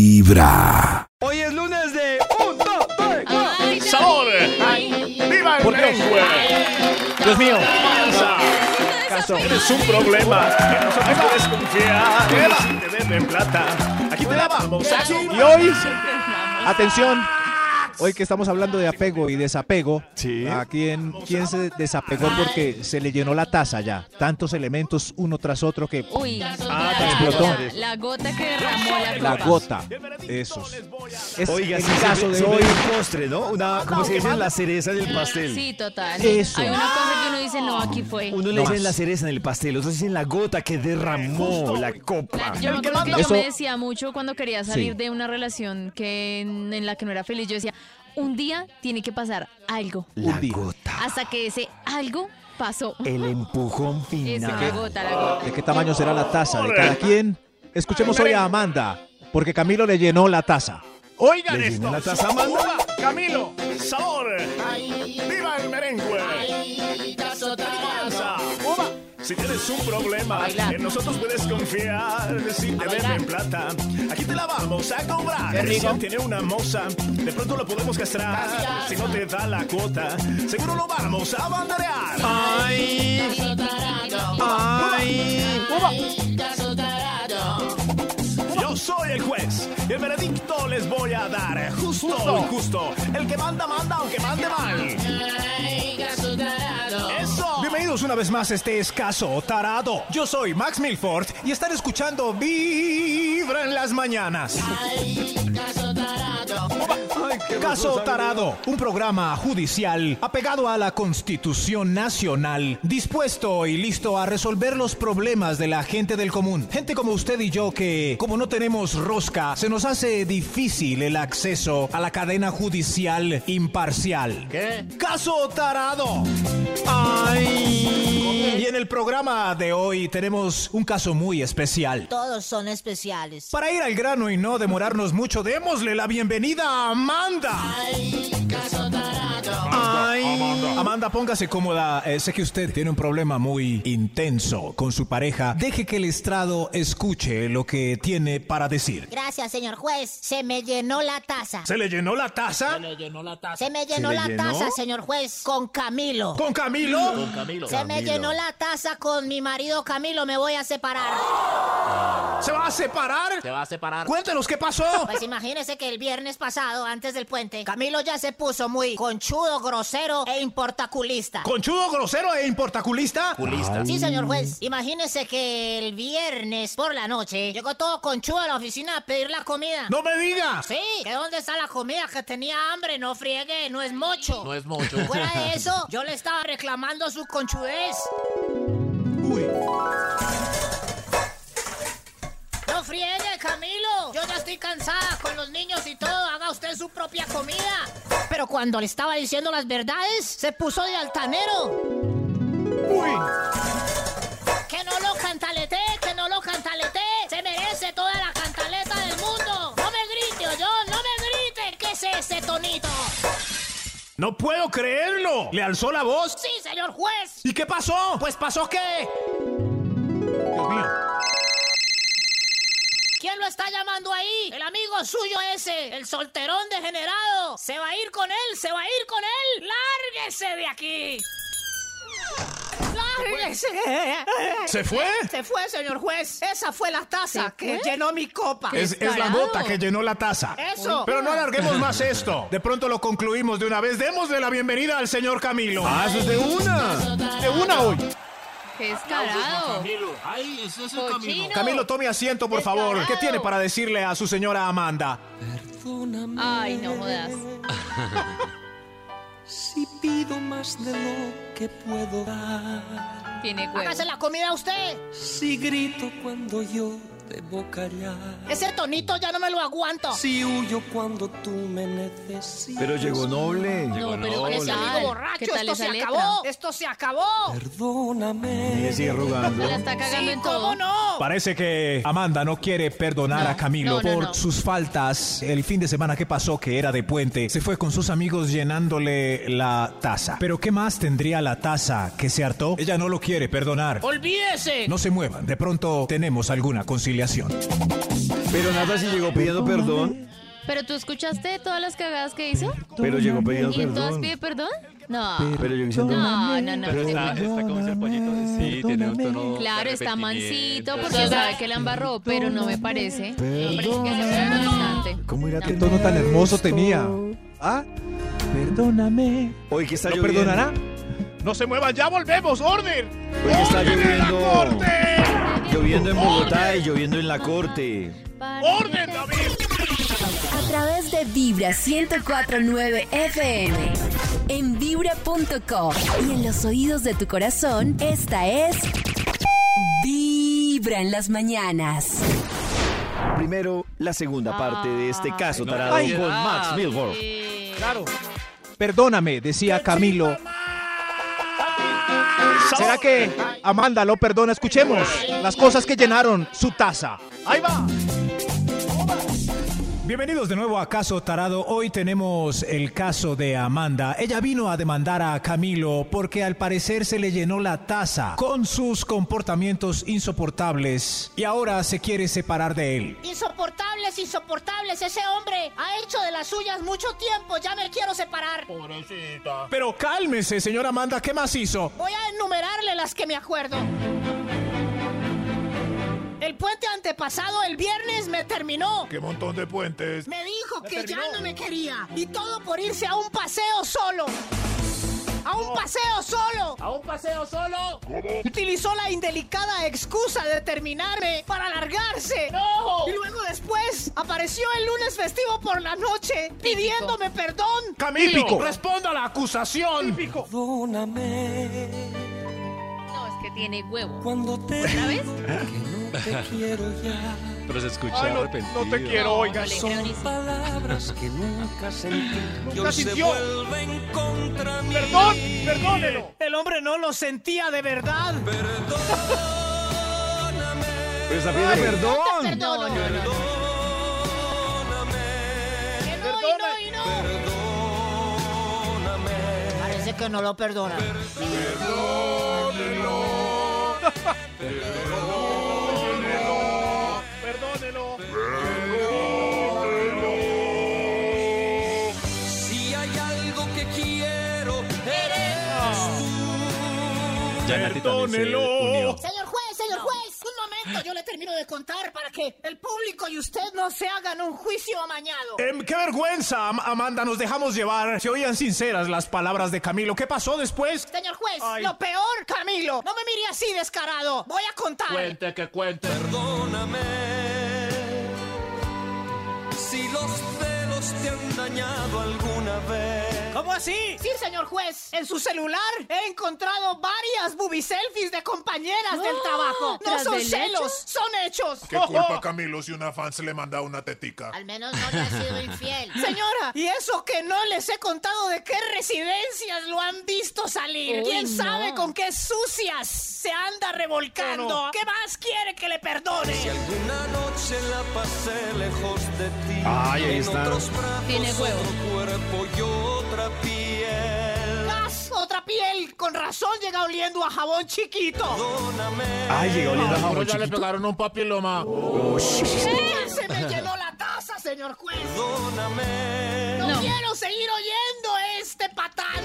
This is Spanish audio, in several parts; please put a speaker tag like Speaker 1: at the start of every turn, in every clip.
Speaker 1: vibra.
Speaker 2: Hoy es lunes de un, dos, tres, cuatro.
Speaker 3: ¡Sabor! ¡Viva el
Speaker 4: Por Dios.
Speaker 3: Mengue!
Speaker 4: Dios mío.
Speaker 3: Pasa. Eres un problema que nosotros no desconfiar. Eres un bebé de plata. Aquí te la vamos a
Speaker 2: Y hoy, atención, hoy que estamos hablando de apego y desapego,
Speaker 3: Sí.
Speaker 2: ¿a quién, quién se desapegó porque se le llenó la taza ya? Tantos elementos uno tras otro que
Speaker 5: Uy,
Speaker 2: te
Speaker 5: la,
Speaker 2: explotó.
Speaker 5: gota, la gota que derramó la
Speaker 2: la
Speaker 5: copa.
Speaker 2: gota. Esos. Es
Speaker 4: Oiga,
Speaker 2: el
Speaker 4: sí se
Speaker 2: caso
Speaker 4: ve-
Speaker 2: de
Speaker 4: se ve
Speaker 2: hoy.
Speaker 4: un postre, ¿no? Una, ¿cómo se dice? La cereza en el pastel.
Speaker 5: Sí, total.
Speaker 2: Eso.
Speaker 5: Hay una cosa que uno dice, no, aquí fue.
Speaker 4: Uno
Speaker 2: No
Speaker 4: le dicen
Speaker 2: más.
Speaker 4: la cereza en el pastel, otros dicen la gota que derramó la copa.
Speaker 5: Yo me acuerdo que yo
Speaker 2: Eso-
Speaker 5: me decía mucho cuando quería salir
Speaker 2: Sí.
Speaker 5: de una relación que en, en la que no era feliz. Yo decía, un día tiene que pasar algo.
Speaker 4: La
Speaker 2: Un día.
Speaker 4: gota.
Speaker 5: Hasta que ese algo pasó.
Speaker 2: Eh,
Speaker 4: El empujón
Speaker 5: Eso,
Speaker 4: final.
Speaker 5: la gota, la gota.
Speaker 2: ¿De qué tamaño será la taza de cada quien? Escuchemos hoy a Amanda, porque Camilo le llenó la taza.
Speaker 3: Oigan
Speaker 4: Le
Speaker 3: esto.
Speaker 4: llené la taza a Amanda.
Speaker 3: Camilo, sabor. Viva el merengue. Pasa. Si tienes un problema, en nosotros puedes confiar. Si te deben plata, aquí te la vamos a cobrar. Si él tiene una moza, de pronto lo podemos castrar. Si no te da la cuota, seguro lo vamos a bandarear. Yo soy el juez y el veredicto les voy a dar. Justo, o injusto. El que manda, manda, aunque mande mal. Eso.
Speaker 2: Bienvenidos una vez más a este escaso tarado. Yo soy Max Milford y están escuchando Vibra en las mañanas. Caso Tarado, un programa judicial apegado a la Constitución Nacional, dispuesto y listo a resolver los problemas de la gente del común. Gente como usted y yo que, como no tenemos rosca, se nos hace difícil el acceso a la cadena judicial imparcial. ¿Qué? Caso Tarado. Ay. Y en el programa de hoy tenemos un caso muy especial.
Speaker 6: Todos son especiales.
Speaker 2: Para ir al grano y no demorarnos mucho, démosle la bienvenida a Amanda. Ay, Amanda, póngase cómoda. Eh, sé que usted tiene un problema muy intenso con su pareja. Deje que el estrado escuche lo que tiene para decir.
Speaker 6: Gracias, señor juez. Se me llenó la taza.
Speaker 2: ¿Se le llenó la taza
Speaker 6: Se me llenó
Speaker 4: le
Speaker 6: la
Speaker 4: llenó?
Speaker 6: taza, señor juez, con Camilo.
Speaker 2: con Camilo?
Speaker 6: Se me llenó la taza con mi marido Camilo. Me voy a separar.
Speaker 2: ¿Se va a separar?
Speaker 7: Se va a separar.
Speaker 2: Cuéntanos qué pasó.
Speaker 6: Pues imagínese que el viernes pasado, antes del puente, Camilo ya se puso muy conchudo, grosero e importaculista.
Speaker 2: ¿Conchudo, grosero e importaculista?
Speaker 7: Culista.
Speaker 6: Sí, señor juez. Imagínese que el viernes por la noche llegó todo conchudo a la oficina a pedir la comida.
Speaker 2: No me digas.
Speaker 6: Sí, ¿que dónde está la comida? Que tenía hambre, no friegue, no es mocho.
Speaker 7: No es mucho.
Speaker 6: Fuera de eso, yo le estaba reclamando su conchudez.
Speaker 2: Uy.
Speaker 6: No friegue, Camilo. Yo ya estoy cansada con los niños y todo. Haga usted su propia comida. Pero cuando le estaba diciendo las verdades, se puso de altanero.
Speaker 2: Uy.
Speaker 6: Que no lo cantalete, que no lo cantalete. Se merece toda la cantaleta del mundo. No me grite, yo no me grite. ¿Qué es ese tonito?
Speaker 2: No puedo creerlo. Le alzó la voz.
Speaker 6: Sí, señor juez.
Speaker 2: ¿Y qué pasó? Pues pasó qué. Dios mío.
Speaker 6: ¿Quién lo está llamando ahí? El amigo suyo ese, el solterón degenerado. Se va a ir con él, se va a ir con él. Lárguese de aquí. Lárguese.
Speaker 2: ¿Se fue?
Speaker 6: Se fue, señor juez. Esa fue la taza que llenó mi copa.
Speaker 2: Es, es la
Speaker 5: Descarado.
Speaker 2: gota que llenó la taza.
Speaker 5: Eh.
Speaker 6: Eso.
Speaker 2: Pero no alarguemos más esto. De pronto lo concluimos de una vez. Démosle la bienvenida al señor Camilo.
Speaker 4: Ah, eso es de una.
Speaker 2: De una hoy.
Speaker 5: Qué descarado.
Speaker 7: Ay, ese es
Speaker 5: Cochino.
Speaker 2: Camilo, tome asiento, por favor. ¿Qué
Speaker 5: Descarado.
Speaker 2: tiene para decirle a su señora Amanda?
Speaker 5: Ay, no jodas.
Speaker 8: Si pido más de lo que puedo dar,
Speaker 5: Tiene
Speaker 6: Hágase
Speaker 5: huevo.
Speaker 6: la comida usted.
Speaker 8: si grito cuando yo debo callar,
Speaker 6: Ese tonito ya no me lo aguanto.
Speaker 8: si huyo cuando tú me necesitas.
Speaker 4: Pero llegó noble.
Speaker 5: No, pero qué
Speaker 6: Ese amigo
Speaker 5: tal. ¿Qué
Speaker 6: borracho,
Speaker 5: tal
Speaker 6: esto
Speaker 5: esa
Speaker 6: se
Speaker 5: letra?
Speaker 6: acabó. Esto se acabó.
Speaker 8: Perdóname.
Speaker 4: Ella sigue rogando.
Speaker 5: Se la está cagando
Speaker 6: Sí,
Speaker 5: en todo.
Speaker 6: ¿cómo no?
Speaker 2: Parece que Amanda no quiere perdonar
Speaker 5: No,
Speaker 2: a Camilo
Speaker 5: no, no,
Speaker 2: por
Speaker 5: no.
Speaker 2: sus faltas. El fin de semana que pasó, que era de puente, se fue con sus amigos llenándole la taza. Pero ¿qué más tendría la taza que se hartó? Ella no lo quiere perdonar.
Speaker 6: Olvídese.
Speaker 2: No se muevan, de pronto tenemos alguna reconciliación.
Speaker 4: Pero Nata sí llegó pidiendo perdón.
Speaker 5: Pero tú escuchaste todas las cagadas que hizo
Speaker 4: Pero llegó pidiendo
Speaker 5: y en todas
Speaker 4: perdón.
Speaker 5: pide perdón? No.
Speaker 4: Pero yo hice
Speaker 5: No, no, no.
Speaker 1: Pero
Speaker 5: te-
Speaker 1: está, está como dice el pollito. Sí, tiene un tono. de
Speaker 5: Claro, está mansito
Speaker 1: arrepentimiento.
Speaker 5: porque sabe que la embarró, pero no me parece. No me parece que sea muy constante.
Speaker 4: ¿Cómo era
Speaker 2: Qué tono tan hermoso tenía.
Speaker 4: ¿Ah?
Speaker 2: Perdóname.
Speaker 4: Hoy que está
Speaker 2: ¿Lo
Speaker 4: lloviendo.
Speaker 2: perdonará?
Speaker 3: No se muevan, ya volvemos, orden.
Speaker 4: Hoy que está
Speaker 3: ¡Orden en la
Speaker 4: lloviendo.
Speaker 3: corte!
Speaker 4: Lloviendo en Bogotá y lloviendo en la corte.
Speaker 3: ¡Orden, David!
Speaker 7: A través de Vibra 104.9 FM. En vibra.com. Y en los oídos de tu corazón, esta es... Vibra en las mañanas.
Speaker 4: Primero, la segunda parte de este caso
Speaker 1: Ay, no.
Speaker 4: tarado
Speaker 1: Ay,
Speaker 4: con
Speaker 1: ah,
Speaker 4: Max Milford.
Speaker 2: Claro. Perdóname, decía Camilo. ¿Será que Amanda lo perdona? Escuchemos las cosas que llenaron su taza. ¡Ahí va! Bienvenidos de nuevo a Caso Tarado. Hoy tenemos el caso de Amanda. Ella vino a demandar a Camilo porque al parecer se le llenó la taza con sus comportamientos insoportables y ahora se quiere separar de él.
Speaker 6: Insoportables, insoportables. Ese hombre ha hecho de las suyas mucho tiempo. Ya me quiero separar.
Speaker 2: Pero cálmese, señora Amanda, ¿qué más hizo?
Speaker 6: Voy a enumerarle las que me acuerdo. El puente antepasado el viernes me terminó.
Speaker 3: ¡Qué montón de puentes!
Speaker 6: Me dijo que ya no me quería. Y todo por irse a un paseo solo. ¡A un paseo solo! ¡A un paseo solo! Utilizó la indelicada excusa de terminarme para largarse. ¡No! Y luego después apareció el lunes festivo por la noche pidiéndome perdón.
Speaker 3: ¡Camilo!
Speaker 2: Típico.
Speaker 3: ¡Responda a la acusación!
Speaker 8: Perdóname
Speaker 5: No, es que tiene huevo.
Speaker 8: cuando te
Speaker 5: ¿Otra vez?
Speaker 8: que no te quiero ya.
Speaker 1: Pero se escucha
Speaker 3: Ay, Ah, no-
Speaker 1: arrepentido.
Speaker 3: no te quiero, oiga.
Speaker 5: no le creo
Speaker 8: Son
Speaker 5: ni siquiera.
Speaker 8: palabras que nunca sentí. que
Speaker 3: Nunca
Speaker 8: hoy se
Speaker 3: sintió.
Speaker 8: vuelven contra mí.
Speaker 3: ¡Perdón! ¡Perdónelo!
Speaker 6: El hombre no lo sentía de verdad.
Speaker 4: Pero está pidiendo perdón.
Speaker 5: No, no, no. no.
Speaker 6: Que no, y no, y no. Parece que no lo perdona.
Speaker 3: ¡Perdónelo!
Speaker 8: Si hay algo que quiero,
Speaker 1: Ya Nati también se
Speaker 3: Perdónelo.
Speaker 1: unió.
Speaker 6: Señor juez, señor juez, un momento, yo le termino de contar para que el público y usted no se hagan un juicio amañado.
Speaker 2: Em, ¡Qué vergüenza, Am- Amanda! Nos dejamos llevar. Se oían sinceras las palabras de Camilo. ¿Qué pasó después?
Speaker 6: Señor juez, lo peor, Camilo, no me mire así descarado, voy a contar.
Speaker 3: que cuente.
Speaker 8: perdóname. Si los celos te han dañado alguna vez.
Speaker 6: ¿Cómo así? Sí, señor juez, en su celular he encontrado varias booby selfies de compañeras del trabajo. No
Speaker 5: ¿tras
Speaker 6: son
Speaker 5: del
Speaker 6: celos,
Speaker 5: hecho?
Speaker 6: son hechos.
Speaker 9: ¿Qué culpa Camilo si una fan se le manda una tetica?
Speaker 10: Al menos no le ha sido infiel.
Speaker 6: Señora, y eso que no les he contado de qué residencias lo han visto salir.
Speaker 5: Uy,
Speaker 6: ¿Quién sabe
Speaker 5: no.
Speaker 6: con qué sucias se anda revolcando? ¿Qué más quiere que le
Speaker 8: Si
Speaker 6: perdone?
Speaker 8: alguna noche la pasé lejos de ti.
Speaker 4: Ay, ahí
Speaker 8: en
Speaker 4: está.
Speaker 8: otros brazos,
Speaker 5: Tiene huevo.
Speaker 8: otro cuerpo y otra piel.
Speaker 6: Más otra piel, con razón llega oliendo a jabón chiquito.
Speaker 4: Ay, llegó oliendo a jabón
Speaker 9: ya le
Speaker 4: chiquito.
Speaker 9: pegaron un papiloma.
Speaker 6: ¡Eh! Se me llenó la taza, señor juez. No,
Speaker 5: No.
Speaker 6: quiero seguir oyendo a este patán.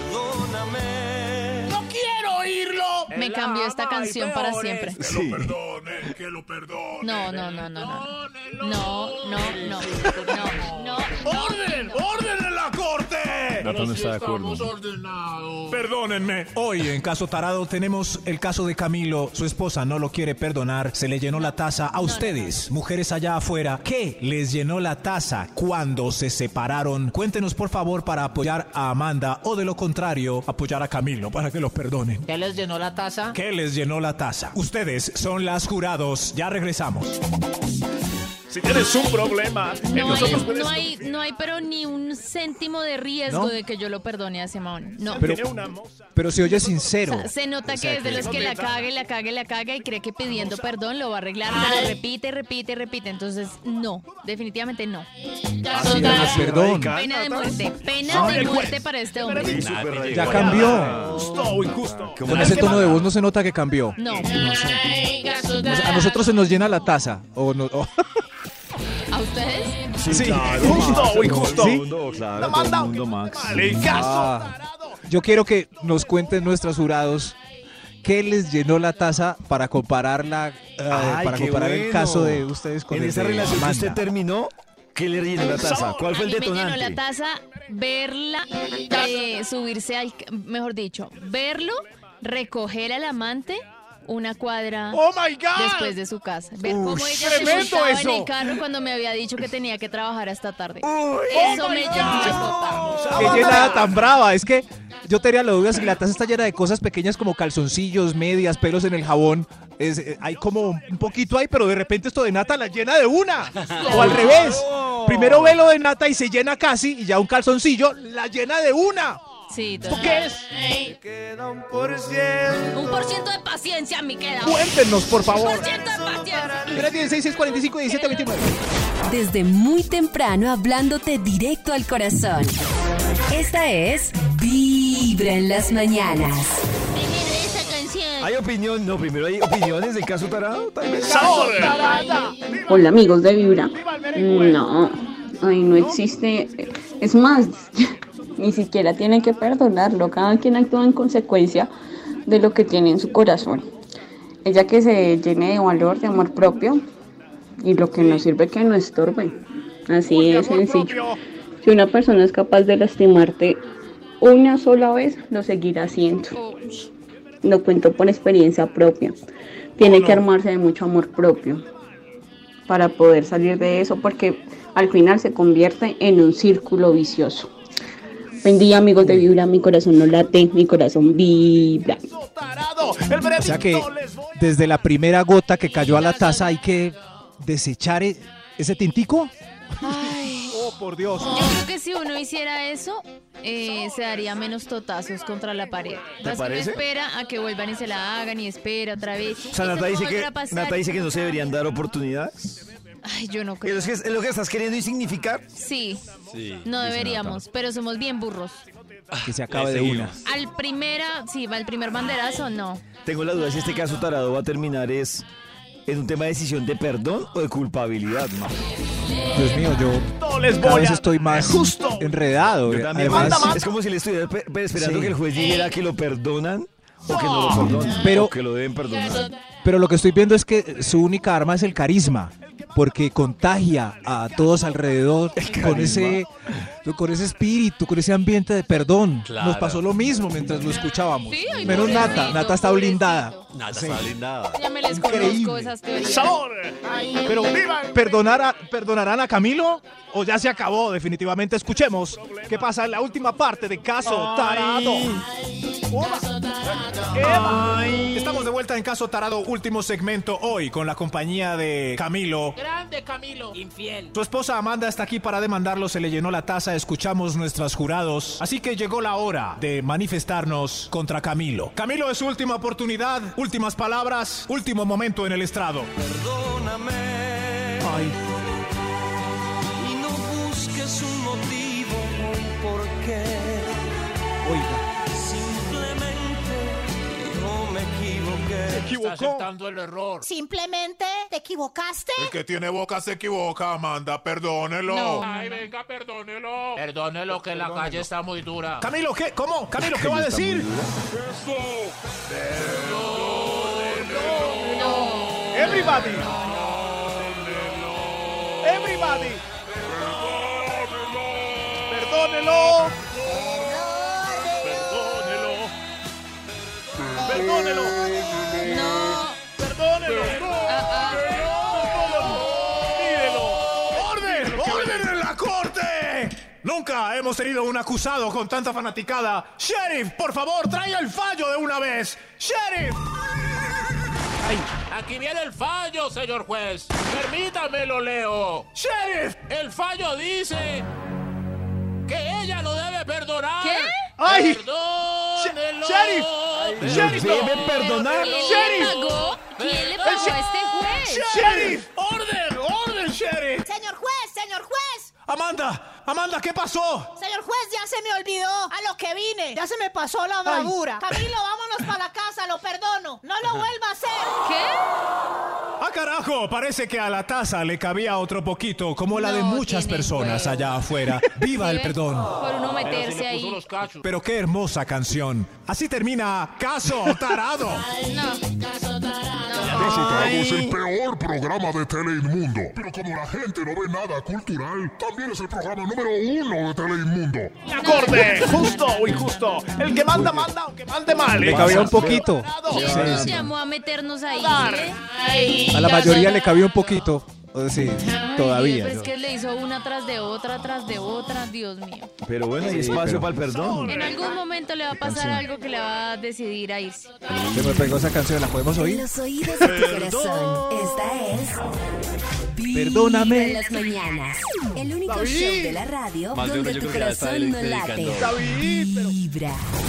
Speaker 6: No quiero oírlo.
Speaker 5: Me cambió esta canción para siempre.
Speaker 9: Que
Speaker 4: Sí.
Speaker 9: lo perdone, que lo perdone.
Speaker 5: No, no, no, no, no. No, no, no. No, no.
Speaker 9: ¡Orden! ¡Orden en la corte!
Speaker 1: Nata no está de acuerdo.
Speaker 9: Estamos ordenados.
Speaker 2: Perdónenme. Hoy en Caso Tarado tenemos el caso de Camilo. Su esposa no lo quiere perdonar. Se le llenó la taza a ustedes, mujeres allá afuera. ¿Qué les llenó la taza cuando se separaron? Cuéntenos por favor para apoyar a Amanda o de lo contrario, apoyar a Camilo para que lo perdonen.
Speaker 6: ¿Ya les llenó la taza?
Speaker 2: ¿Qué les llenó la taza? Ustedes son las jurados. Ya regresamos.
Speaker 3: Si tienes un problema, en
Speaker 5: No hay,
Speaker 3: nosotros puedes
Speaker 5: no hay, no hay, pero ni un céntimo de riesgo
Speaker 2: ¿No?
Speaker 5: de que yo lo perdone a Simón. No.
Speaker 2: Pero-
Speaker 3: Tiene una moza.
Speaker 2: Pero se oye
Speaker 5: O
Speaker 2: sincero.
Speaker 5: sea, se nota que es de los que la caga y la caga y la caga y cree que pidiendo perdón lo va a arreglar,
Speaker 3: Ah.
Speaker 5: pero repite, repite, repite. Entonces, no, definitivamente no.
Speaker 2: Perdón.
Speaker 5: Pena de muerte, pena de muerte para este hombre.
Speaker 2: Ya cambió.
Speaker 3: Justo o injusto.
Speaker 2: Con ese tono de voz no se nota que cambió.
Speaker 5: No.
Speaker 10: Traiga sus
Speaker 5: Nos-
Speaker 2: a nosotros se nos llena la taza. O no- o-
Speaker 5: ¿A ustedes?
Speaker 2: Sí,
Speaker 4: claro,
Speaker 2: justo,
Speaker 4: más,
Speaker 2: uy,
Speaker 4: todo el
Speaker 2: justo.
Speaker 4: mundo, claro, todo el mundo, Max.
Speaker 2: Ah, yo quiero que nos cuenten nuestros jurados qué les llenó la taza para compararla, eh,
Speaker 3: Ay,
Speaker 2: para
Speaker 3: qué
Speaker 2: comparar el
Speaker 3: bueno.
Speaker 2: caso de ustedes con
Speaker 3: En
Speaker 2: el
Speaker 3: esa
Speaker 2: de
Speaker 3: relación que
Speaker 2: Amanda.
Speaker 3: usted terminó, ¿qué le llenó la taza? ¿Cuál fue el
Speaker 5: a mí me llenó la
Speaker 3: detonante?
Speaker 5: taza verla, eh, subirse al, mejor dicho, verlo, recoger al amante una cuadra
Speaker 9: ¡Oh, my God!
Speaker 5: después de su casa. Ver
Speaker 9: Uy,
Speaker 5: cómo ella se
Speaker 9: tremendo
Speaker 5: montaba en
Speaker 9: eso.
Speaker 5: el carro cuando me había dicho que tenía que trabajar hasta tarde.
Speaker 9: ¡Oh,
Speaker 5: eso
Speaker 9: my
Speaker 5: me llenó.
Speaker 2: Qué llenada tan brava. Es que yo tenía la duda si la taza está llena de cosas pequeñas como calzoncillos, medias, pelos en el jabón. Es, eh, hay como un poquito ahí, pero de repente esto de nata la llena de una. O al revés. Primero ve lo de nata y se llena casi, y ya un calzoncillo la llena de una.
Speaker 5: Sí,
Speaker 2: ¿Esto qué es?
Speaker 5: un por ciento. de paciencia me queda.
Speaker 2: Cuéntenos, por favor.
Speaker 5: Un por ciento de paciencia.
Speaker 2: 316 45 17 29.
Speaker 11: Desde muy temprano hablándote directo al corazón. Esta es Vibra en las mañanas.
Speaker 12: Primero esa canción.
Speaker 3: ¿Hay opinión? No, primero hay opiniones del caso tarado, tal vez.
Speaker 12: ¡Sabor!
Speaker 13: Hola amigos de Vibra. No, ay, no existe. Es más, ni siquiera tienen que perdonarlo. Cada quien actúa en consecuencia de lo que tiene en su corazón. Ella que se llene de valor, de amor propio y lo que no sirve que no estorbe. Así es sencillo. Si una persona es capaz de lastimarte una sola vez, lo seguirá haciendo. Lo cuento por experiencia propia. Tiene que armarse de mucho amor propio para poder salir de eso, porque al final se convierte en un círculo vicioso. Buen día, amigos de Vibra. Mi corazón no late, mi corazón vibra.
Speaker 2: O sea que desde la primera gota que cayó a la taza hay que desechar e- ese tintico.
Speaker 5: Oh,
Speaker 2: por Dios.
Speaker 5: Yo creo que si uno hiciera eso, eh, se daría menos totazos contra la pared.
Speaker 3: ¿Te
Speaker 5: Más que uno
Speaker 3: parece?
Speaker 5: espera a que vuelvan y se la hagan y espera otra vez.
Speaker 3: O sea,
Speaker 5: Y
Speaker 3: Nata
Speaker 5: se
Speaker 3: dice,
Speaker 5: vuelve
Speaker 3: que,
Speaker 5: a pasar.
Speaker 3: Nata dice que no se deberían dar oportunidades.
Speaker 5: Ay, yo no creo.
Speaker 3: ¿Es que- es lo que estás queriendo insignificar?
Speaker 5: Sí,
Speaker 3: Sí,
Speaker 5: no
Speaker 3: dice
Speaker 5: deberíamos, pero somos bien burros.
Speaker 2: Que se acabe de una.
Speaker 5: Al primera, sí, al primer banderazo, no.
Speaker 3: Tengo la duda si este caso tarado va a terminar es en un tema de decisión de perdón o de culpabilidad, ma.
Speaker 2: Dios mío, yo
Speaker 3: les
Speaker 2: cada
Speaker 3: voy
Speaker 2: vez
Speaker 3: a-
Speaker 2: estoy más enredado.
Speaker 3: Yo también,
Speaker 2: Además,
Speaker 3: manda, ma. es como si le estuviera pe- pe- esperando
Speaker 2: Sí.
Speaker 3: que el juez dijera que lo perdonan o que no lo perdonan.
Speaker 2: Pero-
Speaker 3: o que lo deben perdonar.
Speaker 2: pero lo que estoy viendo es que su única arma es el carisma, porque contagia a todos alrededor con ese, con ese espíritu, con ese ambiente de perdón.
Speaker 4: Claro.
Speaker 2: Nos pasó lo mismo mientras lo escuchábamos.
Speaker 5: Sí, ay,
Speaker 2: Menos Nata,
Speaker 5: pobrecito,
Speaker 2: Nata está blindada.
Speaker 4: Nada, está blindada.
Speaker 5: Ya me les conozco esas teorías.
Speaker 9: ¡Sabor!
Speaker 2: Pero perdonar a- perdonarán a Camilo o ya se acabó definitivamente. Escuchemos qué pasa en la última parte de Caso Tarado.
Speaker 3: Estamos de vuelta en Caso Tarado, último segmento hoy con la compañía de
Speaker 14: Camilo.
Speaker 6: Grande Camilo. Infiel.
Speaker 3: Su esposa Amanda está aquí para demandarlo, se le llenó la taza, escuchamos nuestras jurados. Así que llegó la hora de manifestarnos contra Camilo. Camilo es su última oportunidad, últimas palabras, último momento en el estrado.
Speaker 8: Y no busques un motivo o un porqué. Simplemente yo me equivoqué.
Speaker 9: aceptando el error.
Speaker 6: Simplemente te equivocaste.
Speaker 9: El que tiene boca se equivoca, Amanda. Perdónelo.
Speaker 6: Ay,
Speaker 9: venga, perdónelo. Perdónelo, que la calle está muy dura.
Speaker 3: Camilo, ¿qué? ¿Cómo? Camilo, ¿qué va a decir?
Speaker 9: Everybody.
Speaker 2: Everybody.
Speaker 9: Perdónelo. Perdónelo. Perdónelo. Perdónelo.
Speaker 3: ¡Orden! ¡Orden en la corte! Nunca hemos tenido un acusado con tanta fanaticada. Sheriff, por favor, trae el fallo de una vez. Sheriff.
Speaker 9: Aquí viene el fallo, señor juez. Permítame lo leo.
Speaker 3: ¡Sheriff!
Speaker 9: El fallo dice que ella lo debe perdonar.
Speaker 4: ¿Qué?
Speaker 9: ¡Ay!
Speaker 4: ¡Ay!
Speaker 9: ¡Perdónelo!
Speaker 4: ¡Sheriff!
Speaker 9: Ay,
Speaker 4: ¡Sheriff!
Speaker 9: no.
Speaker 4: ¿Debe perdonar?
Speaker 9: Perdónelo.
Speaker 4: ¡Sheriff!
Speaker 5: ¿Quién le pagó a este juez?
Speaker 9: ¡Sheriff! ¡Orden! ¡Orden, sheriff!
Speaker 6: Señor juez, señor juez.
Speaker 3: Amanda,
Speaker 2: Amanda, ¿qué pasó?
Speaker 6: Señor juez, ya se me olvidó a lo que vine. Ya se me pasó la bravura. Camilo, vámonos para la casa, lo perdono. No lo vuelva a hacer. ¿Qué?
Speaker 2: ¡Ah, carajo! Parece que a la taza le cabía otro poquito, como la de muchas personas allá afuera. ¡Viva el perdón!
Speaker 5: Por uno meterse
Speaker 9: puso
Speaker 5: ahí.
Speaker 9: los cachos.
Speaker 2: Pero qué hermosa canción. Así termina Caso Tarado.
Speaker 15: Caso Tarado es el peor programa de Tele Inmundo. Pero como la gente no ve nada cultural, también es el programa número uno de Tele Inmundo.
Speaker 3: Acorde, justo o injusto. El que manda, manda, aunque mande mal.
Speaker 16: Le cabía un poquito.
Speaker 5: ¿Quién
Speaker 16: Sí,
Speaker 5: nos
Speaker 16: sí.
Speaker 5: llamó a meternos ahí? eh?
Speaker 16: A la mayoría le cabía un poquito. O Sí,
Speaker 5: Ay,
Speaker 16: todavía.
Speaker 5: pues
Speaker 16: ¿no?
Speaker 5: que le hizo una tras de otra, tras de otra, Dios mío.
Speaker 4: Pero bueno, hay
Speaker 16: Sí,
Speaker 4: espacio
Speaker 16: pero-
Speaker 4: para el perdón.
Speaker 5: En algún momento le va a pasar algo que le va a decidir a irse.
Speaker 16: Se me pegó esa canción, ¿la podemos
Speaker 8: En
Speaker 16: oír?
Speaker 8: los oídos de tu corazón, esta es.
Speaker 16: Perdóname.
Speaker 8: Vibra en las mañanas. El único show de la radio
Speaker 4: Más de
Speaker 8: donde
Speaker 4: uno yo
Speaker 8: tu
Speaker 4: creo que la está
Speaker 8: corazón no
Speaker 4: dedicando.
Speaker 8: late. Vibra.